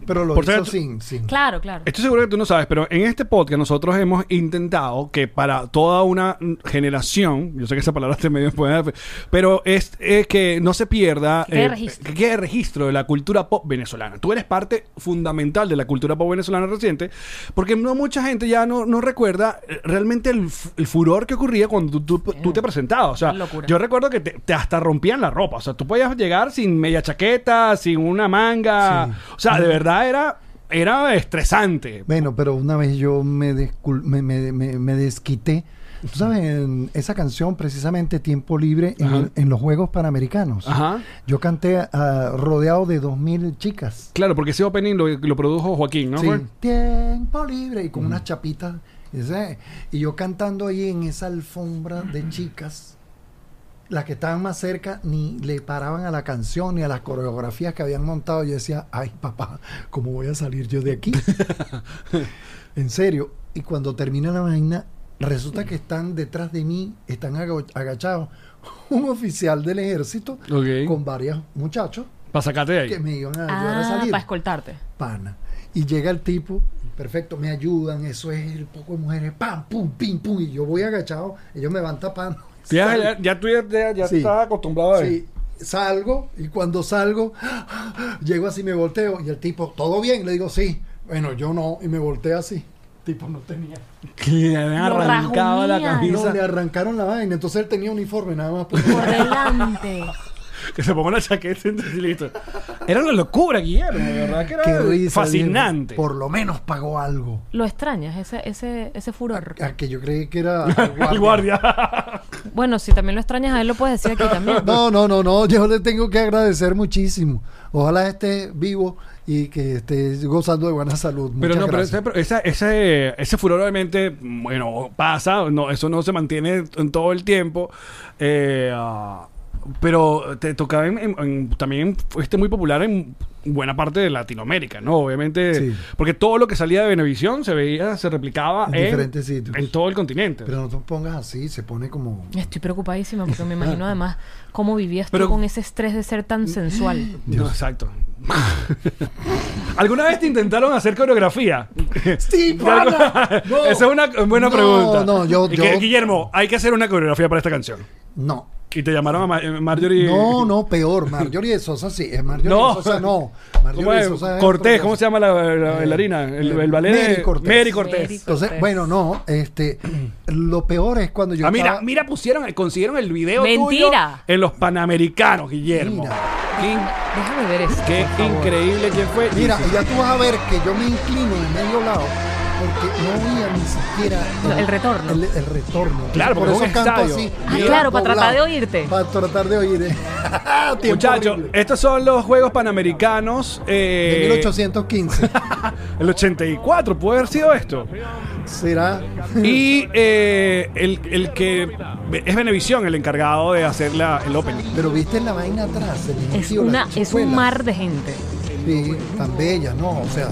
Speaker 5: Pero lo
Speaker 4: Por
Speaker 5: hizo
Speaker 4: cierto-
Speaker 5: sin, sin.
Speaker 3: Claro, claro.
Speaker 4: Estoy seguro que tú no sabes, pero en este podcast nosotros hemos intentado que para toda una mm, generación, yo sé que esa palabra te medio puede, pero es, es que no se pierda, eh,
Speaker 3: Que quede registro.
Speaker 4: que quede registro de la cultura pop venezolana. Tú eres parte fundamental de la cultura pop venezolana reciente, porque no mucha gente ya no, no recuerda eh, realmente el, fu- el furor que ocurría cuando tú, tú- tú te presentabas. O sea,
Speaker 3: Qué locura.
Speaker 4: yo recuerdo que te, te hasta rompían la ropa. O sea, tú podías llegar sin media chaqueta, sin una manga. O sea, de verdad era... Era estresante.
Speaker 5: Bueno, pero una vez yo me, descul- me, me- me- me desquité. Tú sabes, en esa canción, precisamente Tiempo Libre, en,
Speaker 4: Ajá.
Speaker 5: el- en los Juegos Panamericanos.
Speaker 4: Ajá.
Speaker 5: Yo canté ah, rodeado de dos mil chicas.
Speaker 4: Claro, porque ese opening lo, lo produjo Joaquín, ¿no?
Speaker 5: Sí.
Speaker 4: fue?
Speaker 5: Tiempo Libre y con unas chapitas. ese, Y yo cantando ahí en esa alfombra de chicas. Las que estaban más cerca ni le paraban a la canción ni a las coreografías que habían montado. Yo decía, ay papá, ¿cómo voy a salir yo de aquí? En serio. Y cuando termina la vaina, resulta que están detrás de mí, están aga- agachados, un oficial del ejército
Speaker 4: Ok.
Speaker 5: con varios muchachos
Speaker 4: Para sacarte de ahí.
Speaker 5: que me iban a ayudar a
Speaker 3: Ah,
Speaker 5: salir.
Speaker 3: para escoltarte.
Speaker 5: Pana. Y llega el tipo, perfecto, me ayudan, eso es el poco de mujeres, pam, pum, pim, pum, y yo voy agachado, ellos me van tapando.
Speaker 4: Sí, Ya, ya, ya tú ya, ya- ya
Speaker 5: Sí.
Speaker 4: estás acostumbrado a
Speaker 5: Sí,
Speaker 4: eso.
Speaker 5: salgo y cuando salgo, llego así, me volteo y el tipo, ¿todo bien? Le digo, sí. Bueno, yo no, y me volteé así. Tipo, no tenía.
Speaker 4: Que le han
Speaker 3: Lo
Speaker 4: arrancado la
Speaker 3: rajunían.
Speaker 4: camisa.
Speaker 5: No, le arrancaron la vaina, entonces él tenía uniforme nada más. pues.
Speaker 3: Por delante.
Speaker 4: Que se ponga una chaqueta y entonces listo. Era una locura, Guillermo, de verdad que era
Speaker 5: Ah, Qué risa,
Speaker 4: fascinante.
Speaker 5: Diego. Por lo menos pagó algo.
Speaker 3: Lo extrañas, ese, ese, ese furor.
Speaker 5: A que yo creí que era al
Speaker 4: El guardia.
Speaker 3: Bueno, si también lo extrañas a él, lo puedes decir aquí también.
Speaker 5: No, no, no, no, yo le tengo que agradecer muchísimo. Ojalá esté vivo y que esté gozando de buena salud.
Speaker 4: Pero
Speaker 5: Muchas
Speaker 4: no, pero
Speaker 5: gracias.
Speaker 4: ese, pero esa- ese, ese furor obviamente, bueno, pasa, no, eso no se mantiene en todo el tiempo. Eh, ah, pero te tocaba en- en- en- también fuiste muy popular en buena parte de Latinoamérica, ¿no? Obviamente,
Speaker 5: Sí.
Speaker 4: porque todo lo que salía de Venevisión se veía, se replicaba en,
Speaker 5: En diferentes sitios.
Speaker 4: en todo el continente.
Speaker 5: Pero no te pongas así, se pone como...
Speaker 3: Estoy preocupadísima porque me imagino además cómo vivías
Speaker 4: Pero- Mm,
Speaker 3: tú con ese estrés de ser tan sensual.
Speaker 4: No, exacto. ¿Alguna vez te intentaron hacer coreografía?
Speaker 5: ¡Sí, pana! No.
Speaker 4: Esa es una buena
Speaker 5: No,
Speaker 4: pregunta.
Speaker 5: no, yo-
Speaker 4: Y que,
Speaker 5: yo-
Speaker 4: Guillermo, hay que hacer una coreografía para esta canción.
Speaker 5: No.
Speaker 4: Y te llamaron a Ma- eh, Marjorie.
Speaker 5: No, no, peor. Marjorie de Sosa sí. eh, Marjorie
Speaker 4: No.
Speaker 5: de Sosa no.
Speaker 4: ¿Cómo
Speaker 5: Marjorie de
Speaker 4: es?
Speaker 5: Sosa es
Speaker 4: Cortés,
Speaker 5: otra
Speaker 4: ¿cómo
Speaker 5: cosa.
Speaker 4: se llama la, la bailarina? El,
Speaker 5: eh,
Speaker 4: el ballet de-
Speaker 5: Mary Cortés.
Speaker 4: Mary Cortés.
Speaker 3: Mary
Speaker 5: Entonces,
Speaker 3: Cortés.
Speaker 5: bueno, no, este, lo peor es cuando yo
Speaker 4: Ah, mira,
Speaker 5: estaba-
Speaker 4: mira, pusieron, consiguieron el video
Speaker 3: Mentira.
Speaker 4: tuyo en los Panamericanos, Guillermo.
Speaker 5: Mira.
Speaker 4: Qué, in-
Speaker 3: Déjame ver eso.
Speaker 4: qué
Speaker 3: por favor.
Speaker 4: increíble quién fue.
Speaker 5: Mira,
Speaker 4: Dice-
Speaker 5: y ya tú vas a ver que yo me inclino de medio lado porque no veía ni siquiera
Speaker 3: No, el retorno.
Speaker 5: El, el retorno.
Speaker 4: Claro,
Speaker 5: por
Speaker 4: porque es
Speaker 5: eso
Speaker 4: un
Speaker 5: canto
Speaker 4: estadio.
Speaker 5: así.
Speaker 3: Ah, claro, para tratar de oírte.
Speaker 5: Para tratar de oír. eh. Tiempo
Speaker 4: Muchachos,
Speaker 5: horrible.
Speaker 4: estos son los Juegos Panamericanos.
Speaker 5: De
Speaker 4: eh,
Speaker 5: 1815.
Speaker 4: El 84, puede haber sido esto.
Speaker 5: Será.
Speaker 4: Y eh, el, el que es Benevisión el encargado de hacer la, el opening.
Speaker 5: Pero viste la vaina atrás. el
Speaker 3: Es,
Speaker 5: gentío,
Speaker 3: una,
Speaker 5: las
Speaker 3: es un
Speaker 5: chicuelas.
Speaker 3: mar de gente.
Speaker 5: Sí, tan bella, ¿no? O sea,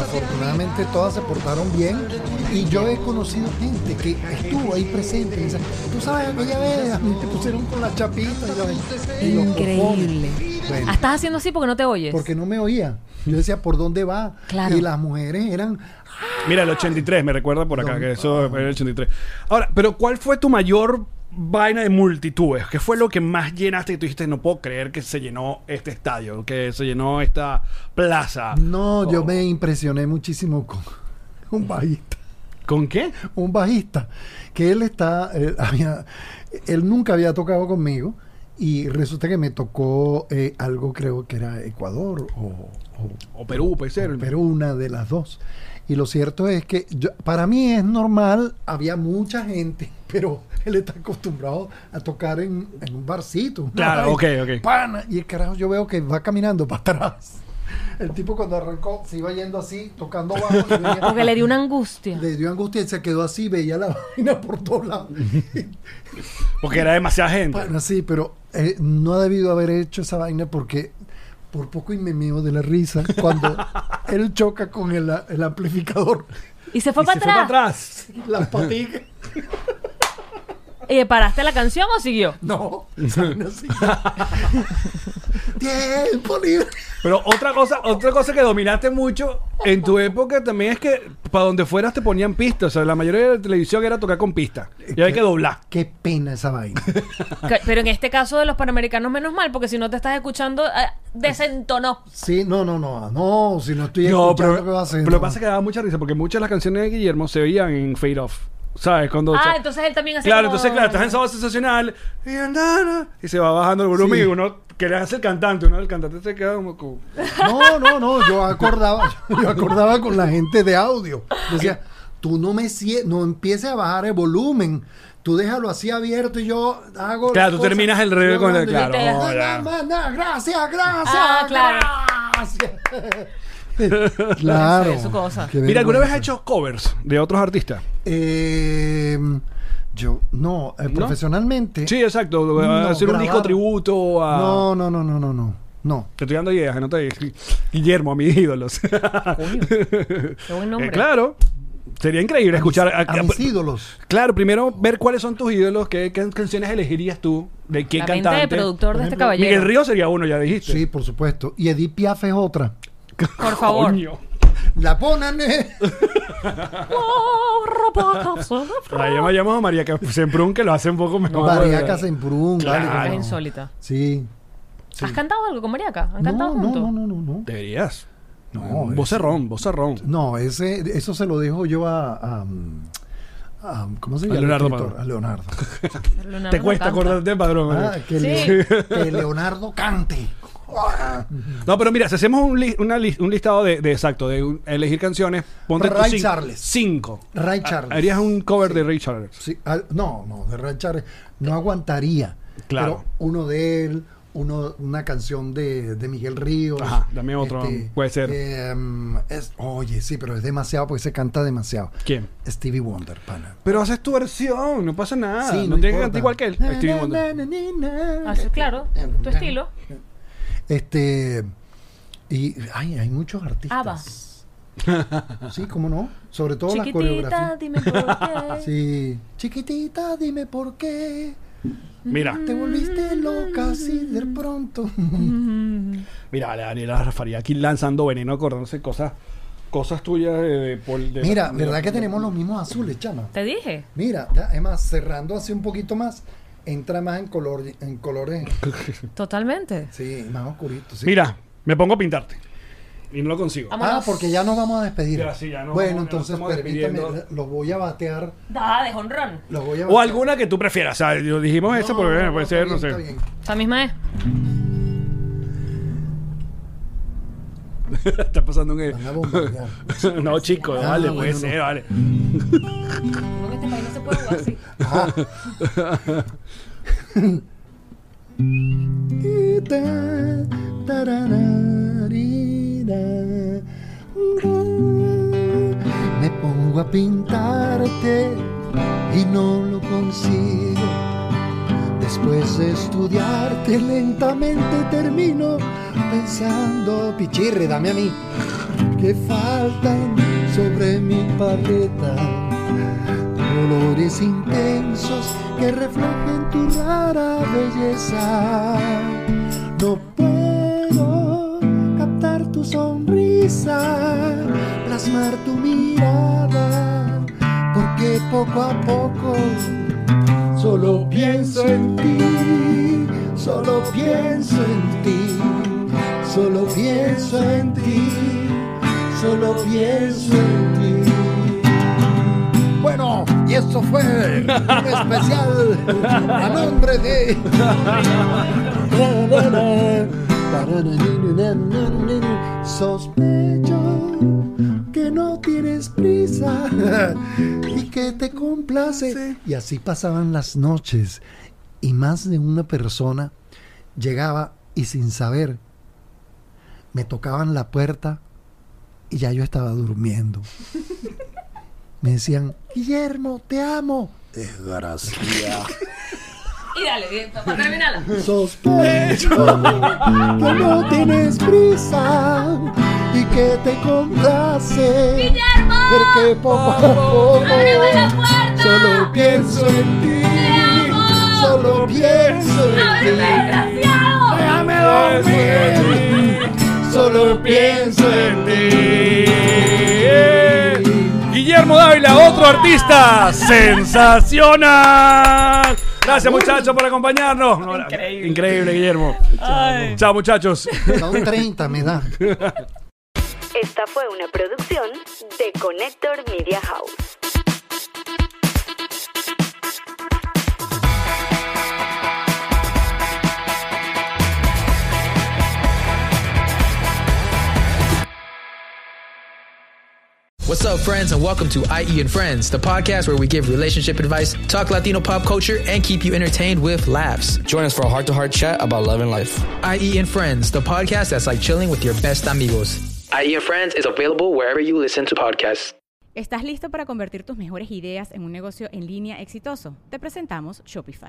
Speaker 5: afortunadamente todas se portaron bien y yo he conocido gente que estuvo ahí presente. y dice, Tú sabes, aquella vez a mí te pusieron con la chapita y la- y los
Speaker 3: Increíble.
Speaker 5: cojones".
Speaker 3: Ah,
Speaker 5: Bueno,
Speaker 3: Estás haciendo así porque no te oyes.
Speaker 5: porque no me oía. Yo decía, ¿por dónde va?
Speaker 3: Claro.
Speaker 5: Y las mujeres eran...
Speaker 4: Mira, el 83, me recuerda por acá, que eso era el 83. Ahora, pero ¿cuál fue tu mayor vaina de multitudes? ¿Qué fue lo que más llenaste y tú dijiste, no puedo creer que se llenó este estadio, que se llenó esta plaza?
Speaker 5: No, yo me impresioné muchísimo con un bajista.
Speaker 4: ¿Con qué?
Speaker 5: un bajista que él está él, había- él nunca había tocado conmigo y resulta que me tocó eh, algo creo que era Ecuador o, o-
Speaker 4: O Perú, puede ser.
Speaker 5: o Perú una de las dos y lo cierto es que yo- para mí es normal había mucha gente pero él está acostumbrado a tocar en, en un barcito una
Speaker 4: Claro,
Speaker 5: vaina,
Speaker 4: ok, ok.
Speaker 5: pana, y el carajo yo veo que va caminando para atrás el tipo cuando arrancó se iba yendo así tocando bajo y venía-
Speaker 3: Porque le dio una angustia.
Speaker 5: le dio angustia y se quedó así, veía la vaina por todos lados.
Speaker 4: Porque era demasiada gente.
Speaker 5: Bueno, sí, pero eh, no ha debido haber hecho esa vaina porque por poco y me meo de la risa cuando él choca con el, a- el amplificador,
Speaker 3: Y se fue
Speaker 4: Y
Speaker 3: para
Speaker 4: se fue para
Speaker 3: atrás.
Speaker 4: atrás.
Speaker 5: las paticas.
Speaker 3: ¿Y Eh, paraste la canción o siguió?
Speaker 5: No, saben así. Tiempo libre.
Speaker 4: Pero otra cosa, otra cosa que dominaste mucho en tu época también es que para donde fueras te ponían pistas. O sea, la mayoría de la televisión era tocar con pistas. Y hay que doblar.
Speaker 5: Qué pena esa vaina.
Speaker 3: Que- Pero en este caso de los panamericanos, menos mal, porque si no te estás escuchando, ah, desentonó. Ah,
Speaker 5: Sí, no, no, no, no, si no estoy
Speaker 4: No,
Speaker 5: escuchando
Speaker 4: pero,
Speaker 5: ¿qué vas a hacer?
Speaker 4: pero lo
Speaker 5: No.
Speaker 4: que pasa es que daba mucha risa porque muchas de las canciones de Guillermo se veían en Fade Off. ¿Sabes? Cuando. o
Speaker 3: Ah,
Speaker 4: sea,
Speaker 3: entonces él también hace
Speaker 4: Claro,
Speaker 3: como-
Speaker 4: entonces, claro, estás en sábado sensacional y, andana, y se va bajando el volumen
Speaker 5: Sí.
Speaker 4: y uno quería hacer cantante, uno el cantante se queda como. como-
Speaker 5: No, no, no, yo acordaba, yo acordaba con la gente de audio. Decía, tú no me sie- no empieces a bajar el volumen. Tú déjalo así abierto y yo hago. la
Speaker 4: Claro, tú
Speaker 5: cosa".
Speaker 4: terminas el revés
Speaker 5: Yo
Speaker 4: con el-
Speaker 5: hablando y
Speaker 4: claro,
Speaker 5: yo, "Na,
Speaker 4: no, ya".
Speaker 5: na, na, na, gracias, gracias.
Speaker 3: Ah, claro.
Speaker 5: Gracias. claro.
Speaker 3: Eso es su cosa.
Speaker 5: qué
Speaker 4: Mira, ¿alguna vez
Speaker 5: vergüenza.
Speaker 4: has hecho covers de otros artistas?
Speaker 5: Eh, yo, no, eh, profesionalmente.
Speaker 4: Sí, Ah. exacto.
Speaker 5: No,
Speaker 4: hacer un
Speaker 5: grabar.
Speaker 4: disco tributo a.
Speaker 5: No, no, no, no, no, no. No.
Speaker 4: Te estoy dando ideas, no te Guillermo, a mis ídolos.
Speaker 3: Coño, qué buen nombre.
Speaker 4: Eh, claro. Sería increíble escuchar.
Speaker 5: a, mis- a mis ídolos.
Speaker 4: Claro, primero ver cuáles son tus ídolos, qué, can- canciones elegirías tú, de qué
Speaker 3: La mente
Speaker 4: cantante.
Speaker 3: de productor de este
Speaker 5: Por
Speaker 3: caballero.
Speaker 4: Miguel Río sería uno, ya dijiste.
Speaker 5: Sí, por supuesto. Y Edith Piaf es otra.
Speaker 3: Por favor.
Speaker 4: Coño.
Speaker 5: La ponen. eh.
Speaker 3: Oh,
Speaker 4: La llama- llamamos a María Semprún, que lo hace un poco mejor.
Speaker 5: Mariaca Semprún. vale,
Speaker 4: Claro.
Speaker 5: cómo
Speaker 3: Es
Speaker 5: no.
Speaker 3: insólita.
Speaker 5: Sí.
Speaker 3: ¿Has cantado algo con Mariaca? ¿Han
Speaker 5: No,
Speaker 3: cantado
Speaker 5: no,
Speaker 3: juntos?
Speaker 5: no, no, no, no.
Speaker 4: Deberías.
Speaker 5: No,
Speaker 4: No,
Speaker 5: es-
Speaker 4: vocerrón, vocerrón.
Speaker 5: No, ese, eso se lo dejo yo a. a, um, a- um, ¿Cómo se
Speaker 4: A
Speaker 5: llama? el
Speaker 4: Leonardo
Speaker 5: escritor?
Speaker 4: Padrón.
Speaker 5: A Leonardo.
Speaker 3: Leonardo
Speaker 4: Te
Speaker 3: no
Speaker 4: cuesta
Speaker 3: canta.
Speaker 4: acordarte, padrón.
Speaker 5: Ah,
Speaker 4: María.
Speaker 5: que,
Speaker 3: Sí.
Speaker 5: Leo- que Leonardo cante. Ah.
Speaker 4: No, pero mira, si hacemos un, li- una li- un listado de, de exacto, de un- elegir canciones, ponte tú
Speaker 5: Ray
Speaker 4: cin-
Speaker 5: Charles.
Speaker 4: Cinco.
Speaker 5: Ray Charles.
Speaker 4: Ah, Harías un cover de Ray Charles.
Speaker 5: Sí, al- no, no, de Ray Charles no aguantaría.
Speaker 4: Claro.
Speaker 5: Pero uno de él, uno, una canción de, de Miguel Ríos.
Speaker 4: Ajá, también otro, puede ser.
Speaker 5: eh, mm, es- oye, sí, pero es demasiado porque se canta demasiado.
Speaker 4: ¿Quién?
Speaker 5: Stevie Wonder, pana.
Speaker 4: Pero haces tu versión, no pasa nada.
Speaker 5: Sí,
Speaker 4: Ah, no, tienes que
Speaker 5: importa.
Speaker 4: cantar igual que él.
Speaker 5: Na,
Speaker 4: Stevie
Speaker 5: na,
Speaker 4: Wonder.
Speaker 5: na, na, na.
Speaker 3: Ah, sí, claro, tu estilo.
Speaker 5: Este. Y ay, hay muchos
Speaker 3: Abba.
Speaker 5: artistas. Sí, cómo no. Sobre todo las
Speaker 3: Chiquitita,
Speaker 5: coreografías.
Speaker 3: dime por qué.
Speaker 5: Sí. Chiquitita, dime por qué.
Speaker 4: Mira,
Speaker 5: Te volviste loca así de pronto.
Speaker 4: mira, vale, Daniela Rafaría aquí lanzando veneno, acordándose cosas, cosas tuyas de, de, Paul- de-
Speaker 5: Mira,
Speaker 4: de-
Speaker 5: ¿verdad que tenemos los mismos azules, chama?
Speaker 3: Te dije.
Speaker 5: Mira, ya, es más, cerrando así un poquito más, entra más en color, en colores,
Speaker 3: Totalmente.
Speaker 5: sí, más oscuritos. sí.
Speaker 4: Mira, me pongo a pintarte. Y no lo consigo.
Speaker 3: Vamos.
Speaker 5: Ah, porque ya nos vamos a despedir.
Speaker 4: Ya, sí, ya nos
Speaker 5: bueno,
Speaker 4: vamos,
Speaker 5: entonces
Speaker 4: nos estamos
Speaker 5: permítame,
Speaker 4: despidiendo.
Speaker 5: los voy a batear,
Speaker 3: Ah, de jonrón.
Speaker 5: los voy a
Speaker 4: O
Speaker 5: batear.
Speaker 4: alguna que tú prefieras. O sea, yo dijimos eso, porque bueno, puede
Speaker 5: está
Speaker 4: ser,
Speaker 5: bien,
Speaker 4: no sé.
Speaker 5: está bien.
Speaker 3: Esa misma es.
Speaker 4: Está pasando un.
Speaker 5: Van a bombardear.
Speaker 4: no, chico,
Speaker 5: Ah,
Speaker 4: vale, puede
Speaker 5: bueno,
Speaker 4: ser,
Speaker 5: no.
Speaker 4: vale.
Speaker 3: No, en este país no se puede jugar así.
Speaker 5: Y ta, tarararira. Me pongo a pintarte y no lo consigo. Después de estudiarte lentamente termino pensando, pichirre, dame a mí, que faltan sobre mi paleta colores intensos que reflejen tu rara belleza. No puedo captar tu sonrisa, plasmar tu mirada, porque poco a poco solo pienso en ti, solo pienso en ti, solo pienso en ti, solo pienso en ti. Bueno, y esto fue un especial a nombre de. Sospecho que no tienes prisa y que te complace. Y así pasaban las noches y más de una persona llegaba y sin saber me tocaban la puerta y ya yo estaba durmiendo. Me decían, Guillermo, te amo. Desgracia.
Speaker 3: Y dale, y- para terminarla.
Speaker 5: Sospecho que no tienes prisa y que te complace. ¡Guillermo! Porque poco a poco solo pienso en ti.
Speaker 4: solo pienso en ti. Eh. Guillermo Dávila, otro artista sensacional. Gracias muchachos por acompañarnos. No, la- Uh. Increíble, Guillermo. Chao muchachos.
Speaker 5: Son 30, me da.
Speaker 7: Esta fue una producción de Connector Media House.
Speaker 8: What's up, friends, and welcome to IE and Friends, the podcast where we give relationship advice, talk Latino pop culture, and keep you entertained with laughs. Join us for a heart to heart chat about love and life. IE and Friends, the podcast that's like chilling with your best amigos. IE and Friends is available wherever you listen to podcasts.
Speaker 9: ¿Estás listo para convertir tus mejores ideas en un negocio en línea exitoso? Te presentamos Shopify.